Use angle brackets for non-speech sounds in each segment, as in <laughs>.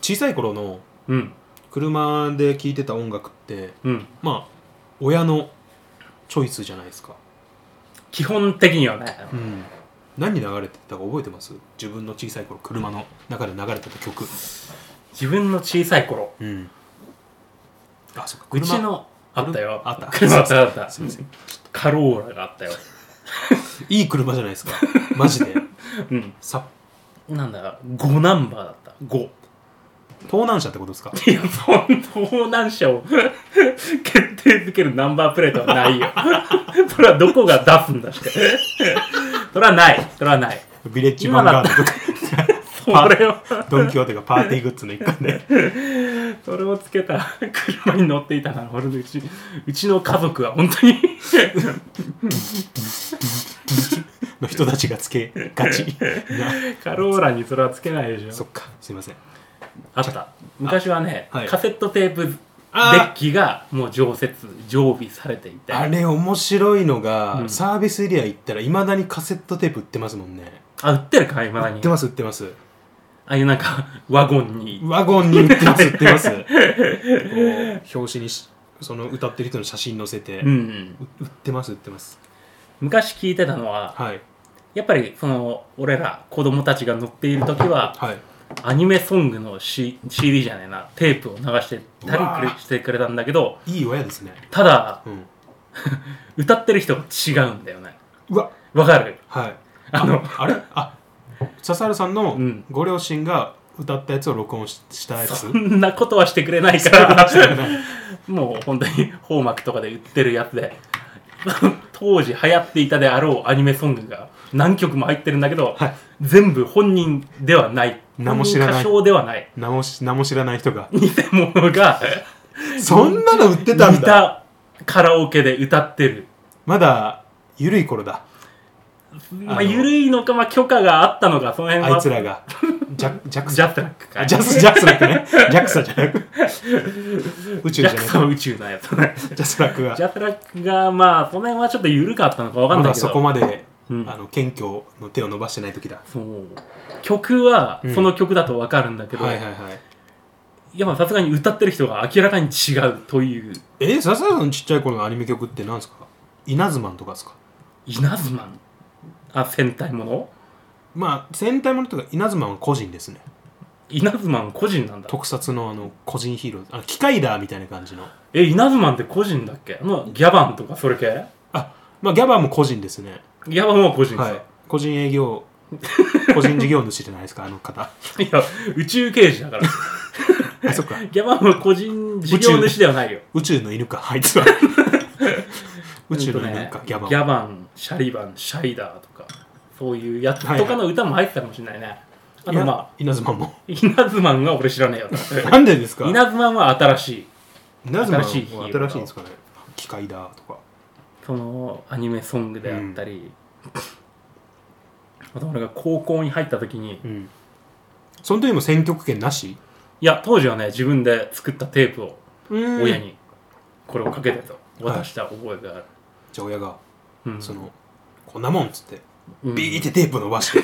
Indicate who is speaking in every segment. Speaker 1: 小さい頃の
Speaker 2: うん
Speaker 1: 車で聴いてた音楽って
Speaker 2: うん
Speaker 1: まあ親のチョイスじゃないですか、
Speaker 2: 基本的にはね、
Speaker 1: うん、何流れてたか覚えてます自分の小さい頃車の中で流れてた曲
Speaker 2: 自分の小さい頃
Speaker 1: うんあそっか
Speaker 2: う
Speaker 1: 車
Speaker 2: ちのあったよ
Speaker 1: あった
Speaker 2: 車あったあった
Speaker 1: すいません
Speaker 2: カローラがあったよ
Speaker 1: いい車じゃない <laughs> ですかマジで
Speaker 2: うん
Speaker 1: さ
Speaker 2: なんだ5ナンバーだった5
Speaker 1: 盗難車ってことですか
Speaker 2: いやそん盗難車を <laughs> 決定づけるナンバープレートはないよ <laughs> それはどこが出すんだってそれはないそれはない
Speaker 1: ビレッジマンガードとか
Speaker 2: それを <laughs>
Speaker 1: ドン・キホーテがパーティーグッズの一環で
Speaker 2: それをつけた車に乗っていたな俺のうちうちの家族は本当に <laughs>
Speaker 1: の人たちがつけがちな
Speaker 2: カローラにそれはつけな
Speaker 1: <laughs>
Speaker 2: いでしょ
Speaker 1: そっかすいません
Speaker 2: あった昔はね、
Speaker 1: はい
Speaker 2: カセットテープデ
Speaker 1: あー
Speaker 2: ッキがもう常設常備されていて
Speaker 1: あれ面白いのが、
Speaker 2: うん
Speaker 1: サービスエリア行ったらいまだにカセットテープ売ってますもんね
Speaker 2: あ売ってるかいまだ
Speaker 1: 売っ
Speaker 2: に
Speaker 1: て
Speaker 2: あ
Speaker 1: ます売ってます
Speaker 2: あいうなんか <laughs> ワゴンに
Speaker 1: ワゴンに売ってます売って
Speaker 2: <laughs>
Speaker 1: ますこう表紙にしその歌ってる人の写真載せて、
Speaker 2: うんう
Speaker 1: うん売ってます売ってます
Speaker 2: 昔聞いてたのは
Speaker 1: はい
Speaker 2: やっぱりその俺ら子供たちが乗っている時は
Speaker 1: はい
Speaker 2: アニメソングの、C、CD じゃねえなテープを流してたりくれしてくれたんだけど
Speaker 1: いい親ですね
Speaker 2: ただ
Speaker 1: うん
Speaker 2: 歌ってる人が違うんだよね
Speaker 1: うわ
Speaker 2: わかる
Speaker 1: はい
Speaker 2: あの
Speaker 1: あれあ笹原さんの
Speaker 2: うん
Speaker 1: ご両親が歌ったやつを録音ししたやつ
Speaker 2: そんなことはしてくれないからもう本当に方幕とかで売ってるやつで <laughs> 当時流行っていたであろうアニメソングが何曲も入ってるんだけど、
Speaker 1: はい
Speaker 2: 全部本人ではない
Speaker 1: 何も知らない
Speaker 2: 本人歌唱ではない
Speaker 1: 名もし名も知らない人が
Speaker 2: 偽
Speaker 1: <laughs>
Speaker 2: 物が
Speaker 1: そんなの売ってたん
Speaker 2: 似
Speaker 1: だ
Speaker 2: たカラオケで歌ってる
Speaker 1: まだゆるい頃だ
Speaker 2: ま
Speaker 1: あの
Speaker 2: あ緩いのか、まあ、許可があったのかその辺は
Speaker 1: あいつらがジャジャク
Speaker 2: ジ
Speaker 1: サ
Speaker 2: ャスラックか
Speaker 1: あジャスジャクスラックねジャクサじゃなく宇宙
Speaker 2: ジ
Speaker 1: じゃ
Speaker 2: ャ
Speaker 1: な
Speaker 2: ク
Speaker 1: く
Speaker 2: さんは宇宙のやつね
Speaker 1: ジャスラックが
Speaker 2: ジャスラックがまあその辺はちょっと緩かったのかわかん
Speaker 1: ま
Speaker 2: な
Speaker 1: だ
Speaker 2: いけど
Speaker 1: そこまで、
Speaker 2: うん
Speaker 1: あの謙虚の手を伸ばしてない時だ
Speaker 2: そう曲は
Speaker 1: うん
Speaker 2: その曲だとわかるんだけど、
Speaker 1: はいはいはい
Speaker 2: いやまあさすがに歌ってる人が明らかに違うという
Speaker 1: えー、笹原さんのちっちゃい頃のアニメ曲って何ですか稲妻とかですか
Speaker 2: 稲妻のあ戦隊もの
Speaker 1: まあ戦隊ものとか稲妻は個人ですね
Speaker 2: 稲妻個人なんだ
Speaker 1: 特撮のあの個人ヒーローあの機械だみたいな感じの
Speaker 2: え稲妻って個人だっけあのギャバンとかそれ系
Speaker 1: あまあギャバーも個人ですね
Speaker 2: ギャバンは個人
Speaker 1: は
Speaker 2: さ、
Speaker 1: い個人営業個人事業主じゃないですかあの
Speaker 2: <laughs>
Speaker 1: 方
Speaker 2: <laughs> い、や宇宙刑事だから <laughs>
Speaker 1: あそっか
Speaker 2: ギャバンは個人事業主ではないよ
Speaker 1: 宇宙の犬か
Speaker 2: <laughs>
Speaker 1: あいつは宇宙の犬か、
Speaker 2: うんとね
Speaker 1: ギャバン
Speaker 2: ギャバンシャリバンシャイダーとかそういうやつとかの歌も入ってたかもしれないね、あ
Speaker 1: いや
Speaker 2: とまあ
Speaker 1: 稲妻も
Speaker 2: 稲妻が俺知らねえよ <laughs>
Speaker 1: なんでですか
Speaker 2: 稲妻は新しい
Speaker 1: 稲妻は
Speaker 2: 新しいヒーローだ
Speaker 1: 新しいんですかね機械だとか
Speaker 2: そのアニメソングであったり、 <laughs> あと俺が高校に入った時に
Speaker 1: うんその時も選曲権なし
Speaker 2: いや当時はね自分で作ったテープを
Speaker 1: うん
Speaker 2: 親にこれをかけてと渡した覚えがある、
Speaker 1: じゃあ親が
Speaker 2: うん
Speaker 1: そのこんなもんっつって
Speaker 2: うん
Speaker 1: ビーってテープ伸ば
Speaker 2: <laughs>
Speaker 1: して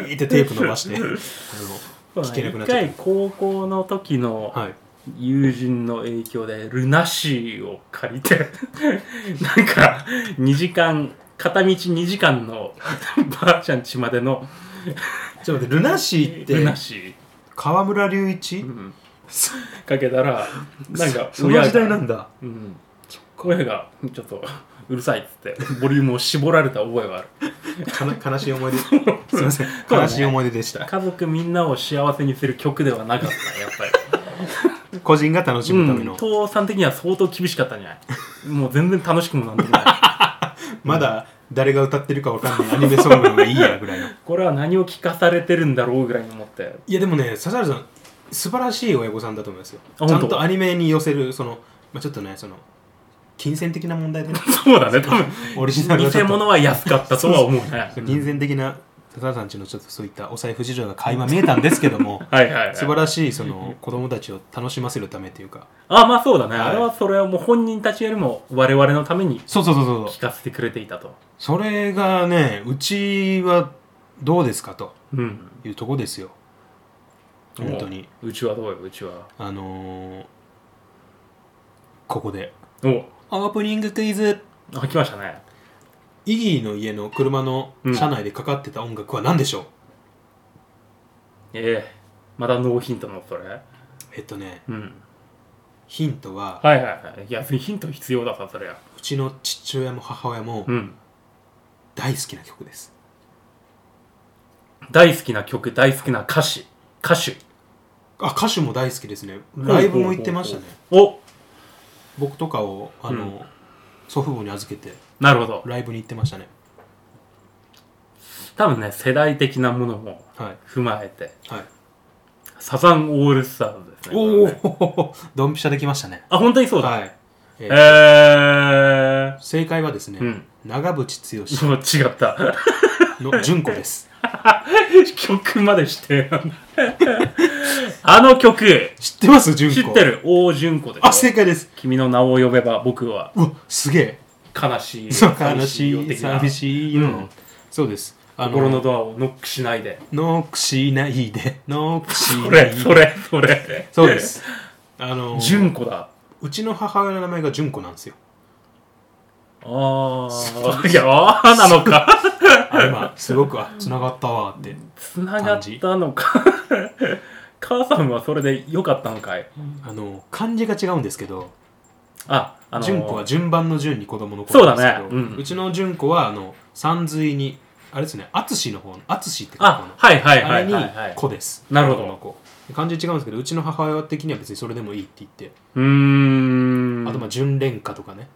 Speaker 1: ビーってテープ伸ばしてあの
Speaker 2: そう
Speaker 1: 聞
Speaker 2: だ
Speaker 1: け
Speaker 2: ね
Speaker 1: なくな
Speaker 2: 一
Speaker 1: っちゃ
Speaker 2: 回
Speaker 1: っ
Speaker 2: 高校の時の
Speaker 1: たはい
Speaker 2: 友人の影響でルナシーを借りて <laughs> なんか2時間片道2時間の <laughs> ばあちゃん家までの
Speaker 1: ちょっと待ってルナシーっ
Speaker 2: ルナ
Speaker 1: て
Speaker 2: シー
Speaker 1: 河村隆一、
Speaker 2: うん
Speaker 1: そ
Speaker 2: かけたらなんか
Speaker 1: その時代
Speaker 2: が
Speaker 1: なんだ
Speaker 2: うん、声がちょっとうるさいっつってボリュームを絞られた覚えはある
Speaker 1: かな悲しい思い
Speaker 2: <laughs>
Speaker 1: 出すいません
Speaker 2: だね
Speaker 1: 悲しい思い出でした
Speaker 2: <laughs> 家族みんなを幸せにする曲ではなかったやっ
Speaker 1: <laughs>
Speaker 2: ぱり
Speaker 1: 個人が楽しむための、
Speaker 2: うん、父さん的には相当厳しかったんじゃないもう全然楽しくもなんでも <laughs> ない
Speaker 1: まだ誰が歌ってるかわかんないアニメソングの方がいいやぐらいの
Speaker 2: これは何を聞かされてるんだろうぐらいに思って
Speaker 1: いやでもね笹原さん素晴らしい親御さんだと思いますよち
Speaker 2: あ本当
Speaker 1: ゃんとアニメに寄せるその、まあ、ちょっとねその金銭的な問題でね
Speaker 2: そうだね多分
Speaker 1: オリジナルがち
Speaker 2: 偽
Speaker 1: ょっと
Speaker 2: 物は安かったとは思うね
Speaker 1: 金銭的な笹原さんちのちょっとそういったお財布事情が垣間見えたんですけども
Speaker 2: はいはい、はい、
Speaker 1: 素晴らしいその子供たちを楽しませるためというか
Speaker 2: あまあそうだね、
Speaker 1: はい
Speaker 2: あれはそれはもう本人たちよりも我々のために
Speaker 1: そうそうそうそう
Speaker 2: 聞かせてくれていたと
Speaker 1: それがねうちはどうですかと
Speaker 2: うん
Speaker 1: いうとこですよ本当に
Speaker 2: おうちはどうようちは
Speaker 1: あのー、ここで
Speaker 2: お
Speaker 1: オープニングクイズ
Speaker 2: あ来ましたね
Speaker 1: イギーの家の車の車内でかかってた音楽は何でしょう、
Speaker 2: ええまだノーヒントのそれ
Speaker 1: えっとね
Speaker 2: うん
Speaker 1: ヒントは
Speaker 2: はいはいはいいやヒント必要ださそれは
Speaker 1: うちの父親も母親も
Speaker 2: うん
Speaker 1: 大好きな曲です
Speaker 2: 大好きな曲大好きな歌詞歌手
Speaker 1: あ歌手も大好きですねライブも行ってましたね
Speaker 2: お
Speaker 1: 僕とかをあの、
Speaker 2: うん
Speaker 1: 祖父母に預けて
Speaker 2: なるほど
Speaker 1: ライブに行ってましたね
Speaker 2: 多分ね世代的なものも
Speaker 1: はい
Speaker 2: 踏まえて
Speaker 1: はい
Speaker 2: サザンオールスターズですね
Speaker 1: お
Speaker 2: これね
Speaker 1: おドンピシャできましたね
Speaker 2: あ本当にそうだ、
Speaker 1: はい、え
Speaker 2: え
Speaker 1: ー
Speaker 2: ー、
Speaker 1: 正解はですね、
Speaker 2: うん
Speaker 1: 長渕剛
Speaker 2: もう違った <laughs>
Speaker 1: の純子です
Speaker 2: 曲までして <laughs> あの曲
Speaker 1: 知ってます純子
Speaker 2: 知ってる王純子で
Speaker 1: あ
Speaker 2: す
Speaker 1: 正解です
Speaker 2: 君の名を呼べば僕は
Speaker 1: うわすげえ
Speaker 2: 悲しい
Speaker 1: そう悲し
Speaker 2: よ
Speaker 1: い
Speaker 2: 的な
Speaker 1: 寂しいよ、
Speaker 2: うん
Speaker 1: そうですあ
Speaker 2: 心のドアをノックしないで
Speaker 1: ノックしないでノックし
Speaker 2: そ
Speaker 1: ない
Speaker 2: れ
Speaker 1: で
Speaker 2: それそれ
Speaker 1: そうですあの
Speaker 2: 純子だ
Speaker 1: うちの母親の名前が純子なんですよ
Speaker 2: ああいやああなのか
Speaker 1: あ今すごくあ繋がったわって
Speaker 2: つながったのか母さんはそれでよかったのかい
Speaker 1: あの漢字が違うんですけど
Speaker 2: ああの
Speaker 1: 純子は順番の順に子供の子
Speaker 2: そう
Speaker 1: なん
Speaker 2: だ
Speaker 1: ですけ
Speaker 2: ね
Speaker 1: ど
Speaker 2: うん
Speaker 1: ちの純子はあの三髄にあれですね淳の方の淳って書く方の
Speaker 2: あはいはい
Speaker 1: あ
Speaker 2: は
Speaker 1: れ
Speaker 2: い
Speaker 1: に
Speaker 2: はいはい
Speaker 1: 子です
Speaker 2: なるほど
Speaker 1: 子の子漢字違うんですけどうちの母親的には別にそれでもいいって言って、
Speaker 2: うーん
Speaker 1: あとまあ純恋歌とかね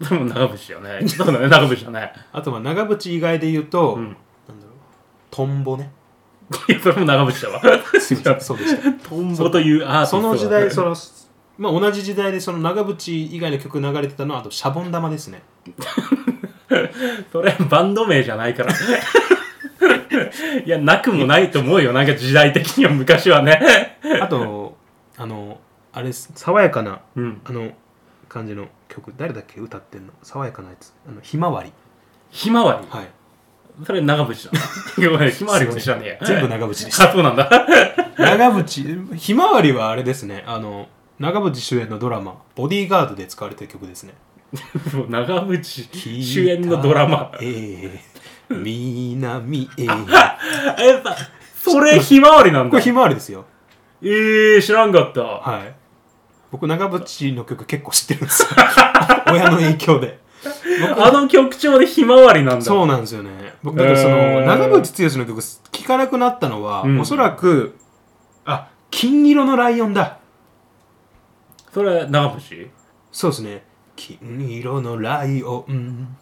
Speaker 2: でも長渕よね。そうだね、長渕だね。 <laughs>
Speaker 1: あとまあ長渕以外で言うと、
Speaker 2: うん。
Speaker 1: なんだろうトンボね
Speaker 2: いや、それも長渕だわ。
Speaker 1: すいませんそうで <laughs> した
Speaker 2: <laughs> トンボというアーティスト
Speaker 1: そ
Speaker 2: だ
Speaker 1: の
Speaker 2: ね
Speaker 1: 時代 <laughs> そのまあ同じ時代でその長渕以外の曲流れてたのはあとシャボン玉ですね <laughs>
Speaker 2: それバンド名じゃないから。いや、なくもないと思うよ。なんか時代的には昔はね。
Speaker 1: あとあのあれです爽やかな
Speaker 2: うん。
Speaker 1: あの感じの曲誰だっけ歌ってんの爽やかなやつあのひまわり
Speaker 2: ひまわ
Speaker 1: はい
Speaker 2: り。それ長渕だ
Speaker 1: <laughs>
Speaker 2: な。ごめんひまわりも知らねえや。
Speaker 1: 全部長渕でした <laughs>
Speaker 2: あ、そうなんだ。
Speaker 1: 長渕ひまわりはあれですねあの長渕主演のドラマ「ボディーガード」で使われてる曲ですね
Speaker 2: もう長渕主演のドラマ。
Speaker 1: ええ南ええ
Speaker 2: え、さ、それひまわりな
Speaker 1: <laughs>
Speaker 2: ん
Speaker 1: こ
Speaker 2: だ
Speaker 1: れ。ひまわりですよ
Speaker 2: えー、知らんかった。
Speaker 1: はい僕長渕の曲結構知ってるん <laughs> ですよ親の影響で
Speaker 2: あの曲調でひまわりなんだ。
Speaker 1: そうなんですよね僕だからその、
Speaker 2: えー
Speaker 1: 長渕剛の曲聴かなくなったのは、
Speaker 2: うん
Speaker 1: おそらくあ金色のライオンだ
Speaker 2: それ長渕
Speaker 1: そうですね。金色のライオン。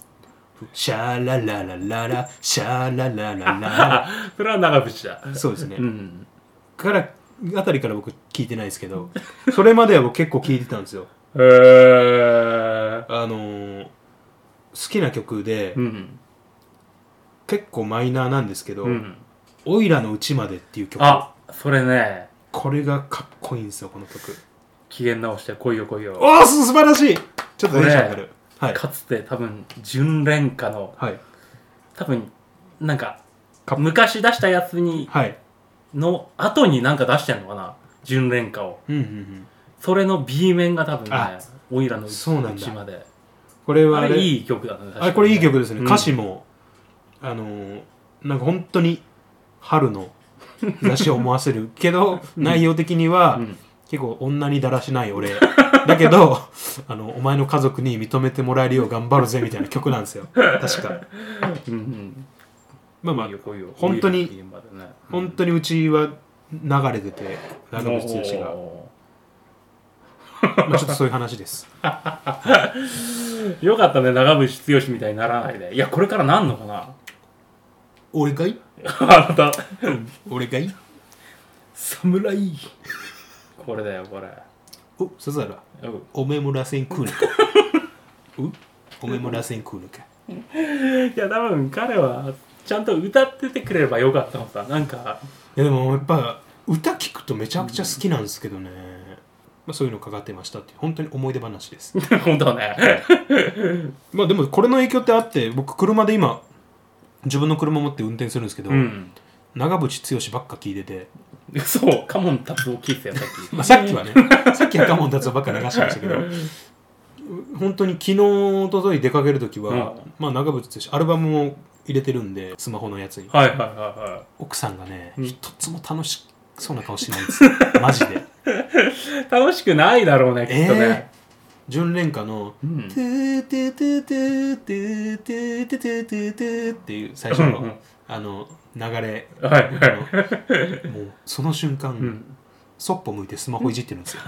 Speaker 1: シャラララララ、シャラララ <laughs> ラ
Speaker 2: あ、それは長渕だ。
Speaker 1: ラ。そうですね
Speaker 2: う。ん。
Speaker 1: から、あたりから僕聞いてないですけど、それまでは僕結構聞いてたんですよ。
Speaker 2: へー。
Speaker 1: あのー、好きな曲で
Speaker 2: う、ん。
Speaker 1: 結構マイナーなんですけど、
Speaker 2: うん。
Speaker 1: オイラのうちまでっていう曲。
Speaker 2: あ、それね、
Speaker 1: これがかっこいいんですよ、この曲。
Speaker 2: 機嫌直して来いよ来いよ。
Speaker 1: おー、す素晴らしいちょっとテンション上がる。はい。
Speaker 2: かつて多分、純恋歌の、
Speaker 1: はい。
Speaker 2: 多分、なんか
Speaker 1: か、
Speaker 2: 昔出したやつに、
Speaker 1: はい。
Speaker 2: の後になんか出してんのかな純恋歌を。
Speaker 1: うんうんうん。
Speaker 2: それの B 面が多分ね
Speaker 1: あ、
Speaker 2: オイラのうち
Speaker 1: そうなんだ
Speaker 2: まで。
Speaker 1: これは
Speaker 2: あ
Speaker 1: あれ
Speaker 2: れいい曲だね。確かに
Speaker 1: あれこれいい曲ですね、
Speaker 2: うん
Speaker 1: 歌詞もあのーなんか本当に春の雑誌を思わせるけ
Speaker 2: <laughs>
Speaker 1: ど内容的には、
Speaker 2: うん
Speaker 1: 結構女にだらしない俺だけ
Speaker 2: <laughs>
Speaker 1: どあのお前の家族に認めてもらえるよう頑張るぜみたいな曲なんですよ確か
Speaker 2: うんうん。
Speaker 1: まあまあ
Speaker 2: 来いよ来いよ
Speaker 1: 本当に
Speaker 2: オイラのうちまでね
Speaker 1: 本当にうちは流れてて長渕剛が、
Speaker 2: お
Speaker 1: まあ、ちょっとそういう話です
Speaker 2: ーよかったね、長渕剛みたいにならないで。いや、これからなんの
Speaker 1: <laughs>
Speaker 2: かな
Speaker 1: 俺がい
Speaker 2: あなた。
Speaker 1: 俺がい
Speaker 2: 侍これだよこれ
Speaker 1: おささら
Speaker 2: うん
Speaker 1: おめもらせん食うのか <laughs> うおめもらせん食うのか
Speaker 2: <laughs> いや多分彼はちゃんと歌っててくれればよかったのさなんか <laughs>
Speaker 1: いやでもやっぱ歌聞くとめちゃくちゃ好きなんですけどね、まあ、そういうのかかってましたって本当に思い出話です
Speaker 2: 本当ね
Speaker 1: <laughs> まあでもこれの影響ってあって僕車で今自分の車持って運転するんですけど、
Speaker 2: うん
Speaker 1: 長渕剛ばっか聞いてて
Speaker 2: <laughs> そう、カモン達夫聞いてたよ、さっき。
Speaker 1: まあ、さっき <laughs> はね、さっきはカモン達夫ばっか流してましたけど、本当に昨日、一昨日出かけるときは、
Speaker 2: うん
Speaker 1: まあ長渕剛、アルバムも入れてるんで、スマホのやつに。
Speaker 2: はいはいはいは
Speaker 1: 奥さんがね、
Speaker 2: うん
Speaker 1: 一つも楽しそうな顔しないんですよ。マジで。
Speaker 2: い。楽しくないだろうね、きっとね。
Speaker 1: 純恋歌の、ト
Speaker 2: うん
Speaker 1: ゥートゥートゥートゥートゥートゥートゥートゥートゥートゥーっていう最初
Speaker 2: うんうん
Speaker 1: の、あの、流れ。
Speaker 2: はいはい。
Speaker 1: もう、その瞬間、
Speaker 2: うん
Speaker 1: そっぽ向いてスマホいじってるんですよ。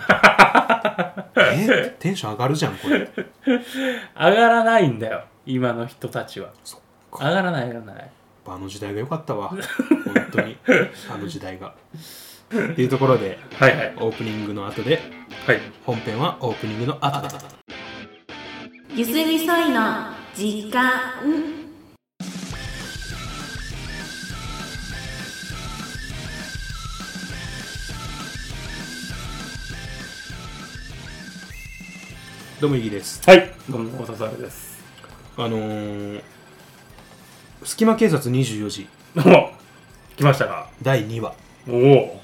Speaker 1: えテンション上がるじゃん、これ。
Speaker 2: 上がらないんだよ、今の人たちは。
Speaker 1: そっか。
Speaker 2: 上がらない、上がらない。
Speaker 1: あの時代が良かったわ。本当に。あの時代が。っていうところで、
Speaker 2: はいはい。
Speaker 1: オープニングの後で、
Speaker 2: はい。
Speaker 1: 本編はオープニングの後だった。
Speaker 3: ゆすみそいの時間
Speaker 1: どうも、イギです。
Speaker 2: はい。どうも、おささるです。
Speaker 1: あのー、隙間警察24時、
Speaker 2: お来ましたか
Speaker 1: 第2話。
Speaker 2: おお。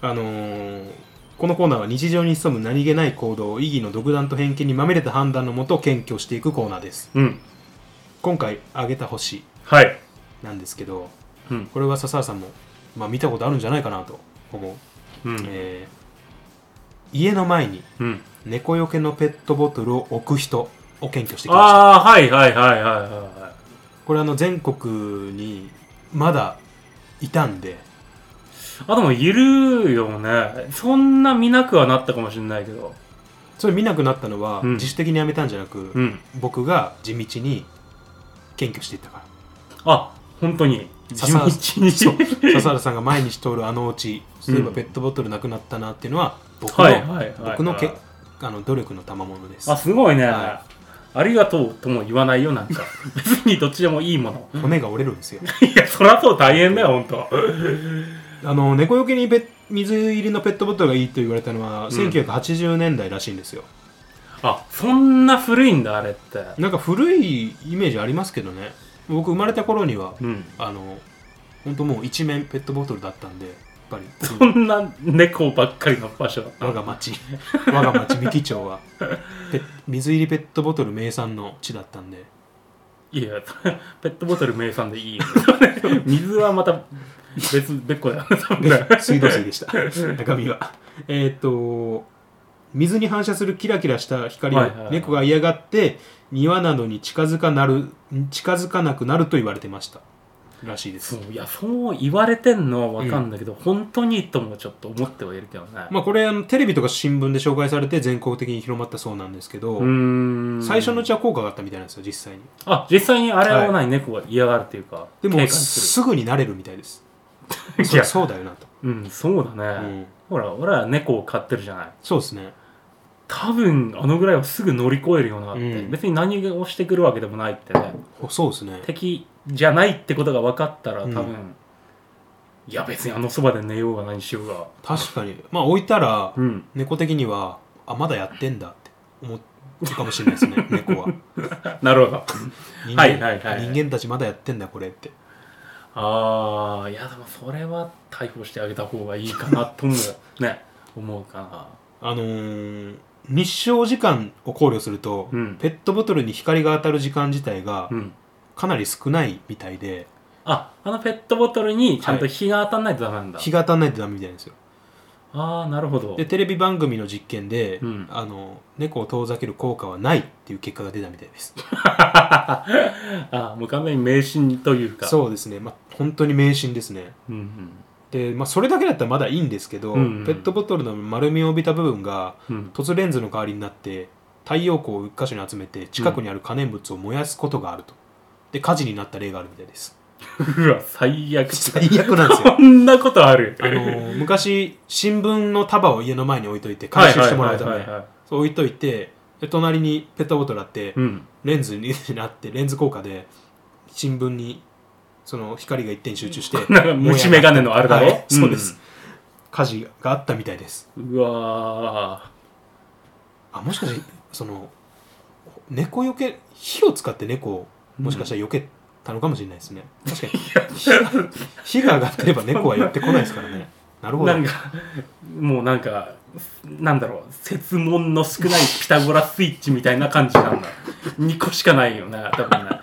Speaker 1: あのーこのコーナーは日常に潜む何気ない行動を意義の独断と偏見にまみれた判断のもと検挙していくコーナーです
Speaker 2: うん。
Speaker 1: 今回挙げた星
Speaker 2: はい。
Speaker 1: なんですけど
Speaker 2: うん。
Speaker 1: これは笹原さんも、まあ、見たことあるんじゃないかなと思う、
Speaker 2: うん。
Speaker 1: えー家の前に
Speaker 2: うん。
Speaker 1: 猫よけのペットボトルを置く人を検挙してきました
Speaker 2: ああ、はいはいはいはいはいはい。
Speaker 1: これあの全国にまだいたんで
Speaker 2: あ、でもいるよね。そんな見なくはなったかもしれないけど。
Speaker 1: それ見なくなったのは、
Speaker 2: うん
Speaker 1: 自主的にやめたんじゃなく、
Speaker 2: うん。
Speaker 1: 僕が地道に検挙していったから
Speaker 2: あ、本当に。地
Speaker 1: 笹
Speaker 2: 道に。
Speaker 1: そう笹原さんが毎日通るあのお家そういえば
Speaker 2: うん
Speaker 1: ペットボトルなくなったなっていうのは僕の,、
Speaker 2: <laughs> はいはいはい。
Speaker 1: 僕のけあの努力の賜物です
Speaker 2: あ、すごいね。
Speaker 1: は
Speaker 2: ありがとうとも言わないよ、
Speaker 1: <laughs>
Speaker 2: なんか。別にどっちでもいいもの。
Speaker 1: 骨が折れるんですよ
Speaker 2: いや、そらそう大変だよ、ほんと。
Speaker 1: あの猫よけにペ水入りのペットボトルがいいと言われたのは
Speaker 2: ん
Speaker 1: 1980年代らしいんですよ、
Speaker 2: あ、そんな古いんだ、あれって。
Speaker 1: なんか古いイメージありますけどね僕生まれた頃には
Speaker 2: うん。
Speaker 1: あの本当もう一面ペットボトルだったんでやっぱり
Speaker 2: そんな猫ばっかりの場所だった。
Speaker 1: 我が町我が町三木町はペ水入りペットボトル名産の地だったんで
Speaker 2: いや、 <laughs> ペットボトル名産でいいよ。 <laughs> 水はまた別、別個だよ。多分ね
Speaker 1: で水道水でした中身はえーっと水に反射するキラキラした光を
Speaker 2: はいはいはい
Speaker 1: 猫が嫌がって庭などに近づかなる近づかなくなると言われてましたらしいです
Speaker 2: そういや、そう言われてんのはわかんだけど、本当にともちょっと思ってはいるけどね。
Speaker 1: まあこれあのテレビとか新聞で紹介されて全国的に広まったそうなんですけど、
Speaker 2: うーん。
Speaker 1: 最初のうちは効果があったみたいなんですよ実際に
Speaker 2: あ、実際にあれはない、猫が嫌がるというか、
Speaker 1: で
Speaker 2: 警
Speaker 1: も
Speaker 2: 戒す
Speaker 1: すぐに慣れるみたいですそ
Speaker 2: る。い
Speaker 1: り
Speaker 2: や
Speaker 1: ゃ、そうだよなと、
Speaker 2: うん、そうだね。
Speaker 1: うん
Speaker 2: ほら、俺は猫を飼ってるじゃない。
Speaker 1: そうですね
Speaker 2: 多分、あのぐらいはすぐ乗り越えるよなって。
Speaker 1: うん
Speaker 2: 別に何をしてくるわけでもないってね。
Speaker 1: ほそうですね
Speaker 2: 敵じゃないってことが分かったら、多
Speaker 1: うん
Speaker 2: 分、いや、別にあのそばで寝ようが何しようが。
Speaker 1: 確かにまあ置いたら
Speaker 2: うん。
Speaker 1: 猫的にはあまだやってんだって思うかもしれないです
Speaker 2: <laughs>
Speaker 1: ね猫は
Speaker 2: <laughs> なるほど。
Speaker 1: 人間,、
Speaker 2: はいはいはい
Speaker 1: 人間たちまだやってんだこれって
Speaker 2: ああ、いや、でもそれは逮捕してあげた方がいいか
Speaker 1: <laughs>
Speaker 2: なとも、ね、思うかな。
Speaker 1: あのー日照時間を考慮すると、
Speaker 2: うん
Speaker 1: ペットボトルに光が当たる時間自体が
Speaker 2: うん。
Speaker 1: かなり少ないみたいで、
Speaker 2: あ、あのペットボトルにちゃんと
Speaker 1: はい
Speaker 2: 日が当たんないとダメなんだ。
Speaker 1: 日が当たらないとダメみたいなんですよ
Speaker 2: ああ、なるほど
Speaker 1: で。テレビ番組の実験で、
Speaker 2: うん
Speaker 1: あの猫を遠ざける効果はないっていう結果が出たみたいです
Speaker 2: あもう完全に迷信というか。う。
Speaker 1: そうですねまあ本当に迷信ですね
Speaker 2: うん
Speaker 1: で、まあ、それだけだったらまだいいんですけど、
Speaker 2: うんうん
Speaker 1: ペットボトルの丸みを帯びた部分が
Speaker 2: うん。うん、
Speaker 1: 凸レンズの代わりになって太陽光を一箇所に集めて近くにある可燃物を燃やすことがあると、で火事になった例があるみたいです
Speaker 2: うわ、最悪。
Speaker 1: 最悪なんですよ
Speaker 2: こんなことある。
Speaker 1: <laughs> あ
Speaker 2: <laughs>
Speaker 1: の昔新聞の束を家の前に置いといて回収してもらうた
Speaker 2: はいはいはい
Speaker 1: め
Speaker 2: はいはい
Speaker 1: そう置いといてで隣にペットボトルあって、
Speaker 2: うん。
Speaker 1: レンズに <laughs> なってレンズ効果で新聞にその光が一点集中して
Speaker 2: <laughs> なんか虫眼鏡のあれだろ、
Speaker 1: はいそうです、火事があったみたいです
Speaker 2: うん。うわ
Speaker 1: あもしかしてその猫よけ火を使って猫をもしかしたらよけたのかもしれないですね、確かに火が火が上がってれば猫は寄ってこないですからねなるほど
Speaker 2: なんかもうなんかなんだろう設問の少ないピタゴラスイッチみたいな感じなんだ2個しかないよな多分な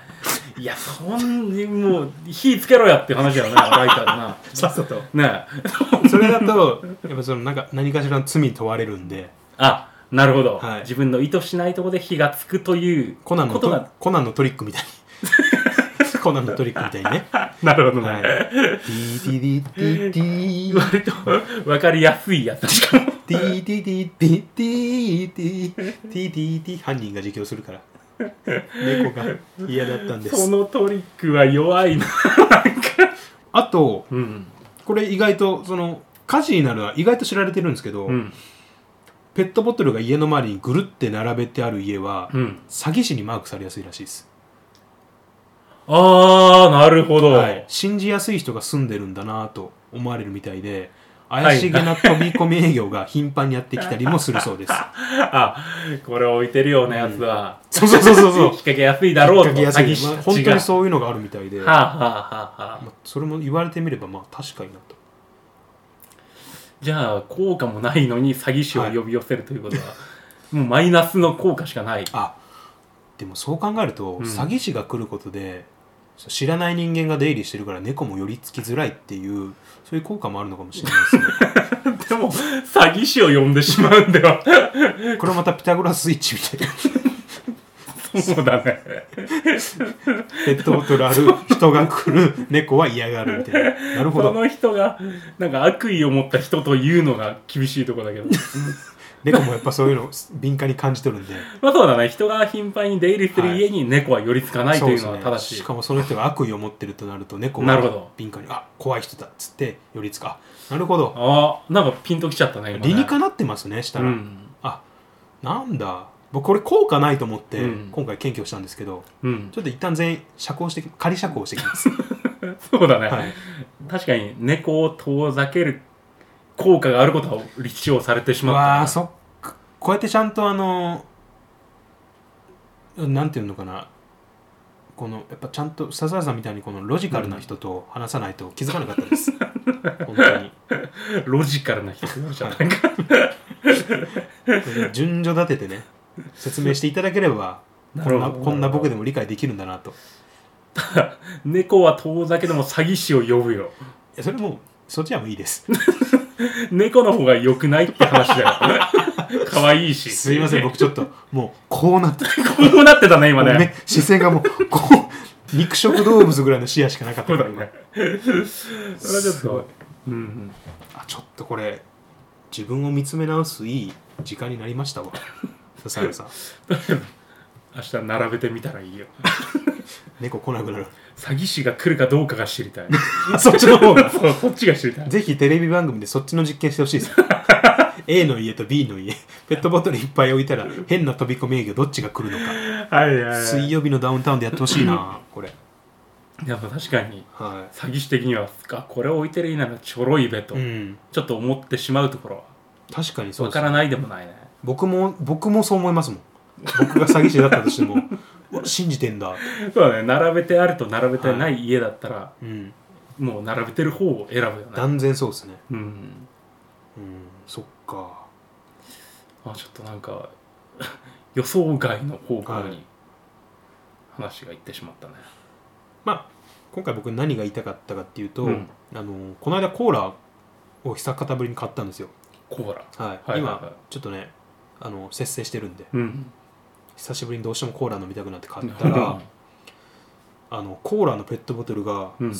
Speaker 2: いやそんにもう火つけろやって話だよなライターだな
Speaker 1: さっさと
Speaker 2: ねえ
Speaker 1: それだとやっぱそのなんか何かしらの罪に問われるんで
Speaker 2: あなるほど、
Speaker 1: はい
Speaker 2: 自分の意図しないところで火がつくという
Speaker 1: コナンの
Speaker 2: ことが
Speaker 1: コナンのトリックみたいに <laughs> コナンのトリックみたいにね、
Speaker 2: なるほどね、 <laughs>
Speaker 1: はい、ティーティーティーティー
Speaker 2: 割と分かりやすいやつしかも
Speaker 1: ティーティーティーティーティーティーティーティーティーティー犯人が自供するから猫が嫌だったんで
Speaker 2: そ
Speaker 1: す
Speaker 2: のトリックは弱いな
Speaker 1: あと
Speaker 2: うん
Speaker 1: これ意外とその火事になるのは意外と知られてるんですけど、
Speaker 2: うん
Speaker 1: ペットボトルが家の周りにぐるって並べてある家は、
Speaker 2: うん
Speaker 1: 詐欺師にマークされやすいらしいです、
Speaker 2: ああなるほど、
Speaker 1: はい、信じやすい人が住んでるんだなと思われるみたいで怪しげな飛び込み営業が頻繁にやってきたりもするそうです
Speaker 2: あこれ置いてるようなやつは、
Speaker 1: そうそうそうそうそう
Speaker 2: 引っ掛けやすいだろうと
Speaker 1: 引っ掛けやすい
Speaker 2: 詐欺師
Speaker 1: まあ
Speaker 2: た
Speaker 1: 本
Speaker 2: ち
Speaker 1: 当
Speaker 2: が
Speaker 1: にそういうのがあるみたいで、
Speaker 2: はあ、はあはあは
Speaker 1: ま
Speaker 2: あ、
Speaker 1: あ、それも言われてみればまあ確かになと
Speaker 2: じゃあ効果もないのに詐欺師を呼び寄せるということは、もうマイナスの効果しかない
Speaker 1: あでもそう考えると、
Speaker 2: ん
Speaker 1: 詐欺師が来ることでそう知らない人間が出入りしてるから猫も寄りつきづらいっていうそういう効果もあるのかもしれないですね
Speaker 2: でも詐欺師を呼んでしまうんでは <laughs>
Speaker 1: これまたピタゴラスイッチみたいな
Speaker 2: そうだね
Speaker 1: ペットボトルある人が来る猫は嫌がるみたいななるほど
Speaker 2: その人がなんか悪意を持った人というのが厳しいところだ
Speaker 1: <laughs>
Speaker 2: けど
Speaker 1: 猫もやっぱそういうの敏感に感じとるんで
Speaker 2: まあそうだね人が頻繁に出入りする家に猫は寄りつかない
Speaker 1: そ
Speaker 2: と
Speaker 1: うで
Speaker 2: いう
Speaker 1: す
Speaker 2: のは
Speaker 1: ね
Speaker 2: 正しい
Speaker 1: しかもその人が悪意を持ってるとなると猫
Speaker 2: なるほど
Speaker 1: は敏感にあ怖い人だっつって寄りつくあなるほど
Speaker 2: ああなんかピンときちゃったね今ね
Speaker 1: 理にかなってますねした
Speaker 2: う
Speaker 1: ら、
Speaker 2: ん
Speaker 1: あなんだ僕これ効果ないと思って
Speaker 2: うん
Speaker 1: 今回検挙したんですけど、
Speaker 2: うん
Speaker 1: ちょっと一旦全員釈放して仮釈放してきます、
Speaker 2: そうだね、
Speaker 1: はい、
Speaker 2: 確かに猫を遠ざける効果があることは立証されてしまった
Speaker 1: わ
Speaker 2: な
Speaker 1: あそっかこうやってちゃんとあのなんていうのかなこのやっぱちゃんと笹原さんみたいにこのロジカルな人と話さないと気づかなかった
Speaker 2: <laughs>
Speaker 1: です本当に
Speaker 2: ロジカルな人じゃないか
Speaker 1: 順序立ててね説明していただければこん
Speaker 2: な
Speaker 1: な
Speaker 2: るほど
Speaker 1: こんな僕でも理解できるんだなとい
Speaker 2: <laughs> 猫は遠ざけでも詐欺師を呼ぶよ
Speaker 1: やそれもうそっちはもういいです
Speaker 2: <laughs> 猫の方が良くないって話だよ <laughs> 可愛いし
Speaker 1: すいません僕ちょっともうこうなって
Speaker 2: こうなってたね今ね
Speaker 1: ね、視線がもうこう肉食動物ぐらいの視野しかなかっ
Speaker 2: そ
Speaker 1: た
Speaker 2: う
Speaker 1: か
Speaker 2: だ
Speaker 1: ら今
Speaker 2: ねそれはちょっ
Speaker 1: すごい
Speaker 2: とうんうん
Speaker 1: あちょっとこれ自分を見つめ直すいい時間になりましたわ笹原さん
Speaker 2: 明日並べてみたらいいよ
Speaker 1: 猫来なくなる
Speaker 2: 詐欺師が来るかどうかが知りた
Speaker 1: <laughs>
Speaker 2: い
Speaker 1: そっちの方が
Speaker 2: そうそっちが知りたい
Speaker 1: ぜひテレビ番組でそっちの実験してほし
Speaker 2: <laughs>
Speaker 1: いです A の家と B の家ペットボトルいっぱい置いたら変な飛び込み営業どっちが来るのか
Speaker 2: はいはい
Speaker 1: 水曜日のダウンタウンでやってほしいなこれ
Speaker 2: やっぱ確かに
Speaker 1: は
Speaker 2: 詐欺師的にはあこれを置いてるいならちょろいべと、
Speaker 1: い、うん、
Speaker 2: ちょっと思ってしまうところは
Speaker 1: 確かにそう
Speaker 2: わ
Speaker 1: で
Speaker 2: か
Speaker 1: す
Speaker 2: らないでもないね
Speaker 1: 僕も僕もそう思いますもん僕が詐欺師だったとしても
Speaker 2: <laughs>
Speaker 1: うわ信じてんだって
Speaker 2: そうだね並べてあると並べてない家だったら、
Speaker 1: うん
Speaker 2: もう並べてる方を選ぶよね
Speaker 1: 断然そうですね
Speaker 2: うん
Speaker 1: うんそっか
Speaker 2: あちょっとなんか <laughs> 予想外の方向
Speaker 1: はい
Speaker 2: に話がいってしまったね、
Speaker 1: まあ今回僕何が言いたかったかっていうと、
Speaker 2: うん
Speaker 1: あのこの間コーラを久方ぶりに買ったんですよ
Speaker 2: コーラ
Speaker 1: はい、
Speaker 2: はいはいはい
Speaker 1: 今ちょっとねあの節制してるんで
Speaker 2: うん
Speaker 1: 久しぶりにどうしてもコーラ飲みたくなって買ったらあのコーラのペットボトルが
Speaker 2: うん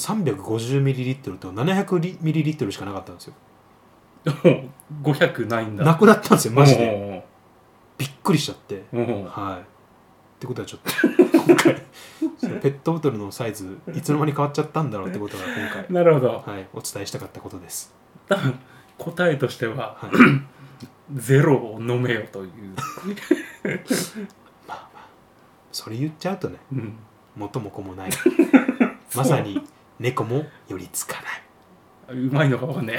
Speaker 1: 350ml と 700ml しかなかったんですよ
Speaker 2: もう500ないんだ
Speaker 1: なくなったんですよマジで
Speaker 2: で
Speaker 1: びっくりしちゃって
Speaker 2: うん
Speaker 1: はいってことはちょっと今 <laughs> 回そのペットボトルのサイズいつの間に変わっちゃったんだろうってことが今回
Speaker 2: なるほど
Speaker 1: はい、お伝えしたかったことです。
Speaker 2: 多分答えとして
Speaker 1: <laughs> は
Speaker 2: は
Speaker 1: い、
Speaker 2: ゼロを飲めよと <laughs> いう、
Speaker 1: それ言っちゃうとね、
Speaker 2: うん、
Speaker 1: 元も子も <laughs> ない。まさに猫も寄りつかな
Speaker 2: うまいのかわかんね
Speaker 1: い。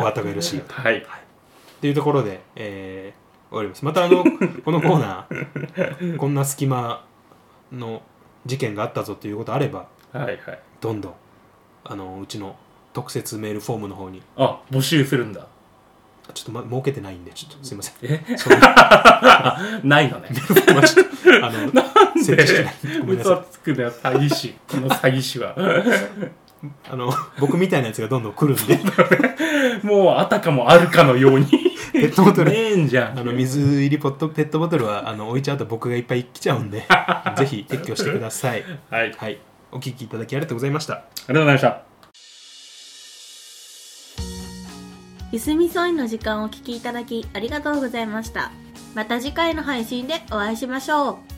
Speaker 1: お後がよろしい
Speaker 2: え
Speaker 1: <laughs> よと。
Speaker 2: はい
Speaker 1: というところで、えー終わります。またあの、このコーナー、 <laughs> こんな隙間の事件があったぞということあれば、
Speaker 2: はいはい
Speaker 1: どんどん、あの、うちの特設メールフォームの方に
Speaker 2: あ募集するんだ <laughs>
Speaker 1: あちょっと、ま、儲けてないんでちょっとすいません
Speaker 2: え
Speaker 1: そう <laughs> いう
Speaker 2: ないのね
Speaker 1: まあちょっとあの
Speaker 2: なん
Speaker 1: 設
Speaker 2: で
Speaker 1: 置してないごめんなさい
Speaker 2: 嘘つくのよ詐欺師この詐欺師は
Speaker 1: あの僕みたいなやつがどんどん来るん
Speaker 2: <laughs>
Speaker 1: で
Speaker 2: もうあたかもあるかのように
Speaker 1: <laughs> ペットボトル
Speaker 2: ねえんじゃ
Speaker 1: あ
Speaker 2: ん
Speaker 1: の水入りポットペットボトルはあの置いちゃうと僕がいっぱい来ちゃうん
Speaker 2: <laughs>
Speaker 1: でぜひ撤去してください
Speaker 2: はいありがと
Speaker 1: はいお聞きいただきありがとうございました
Speaker 2: うございました
Speaker 3: ゆすみそいの時間をお聞きいただきありがとうございましたまた次回の配信でお会いしましょう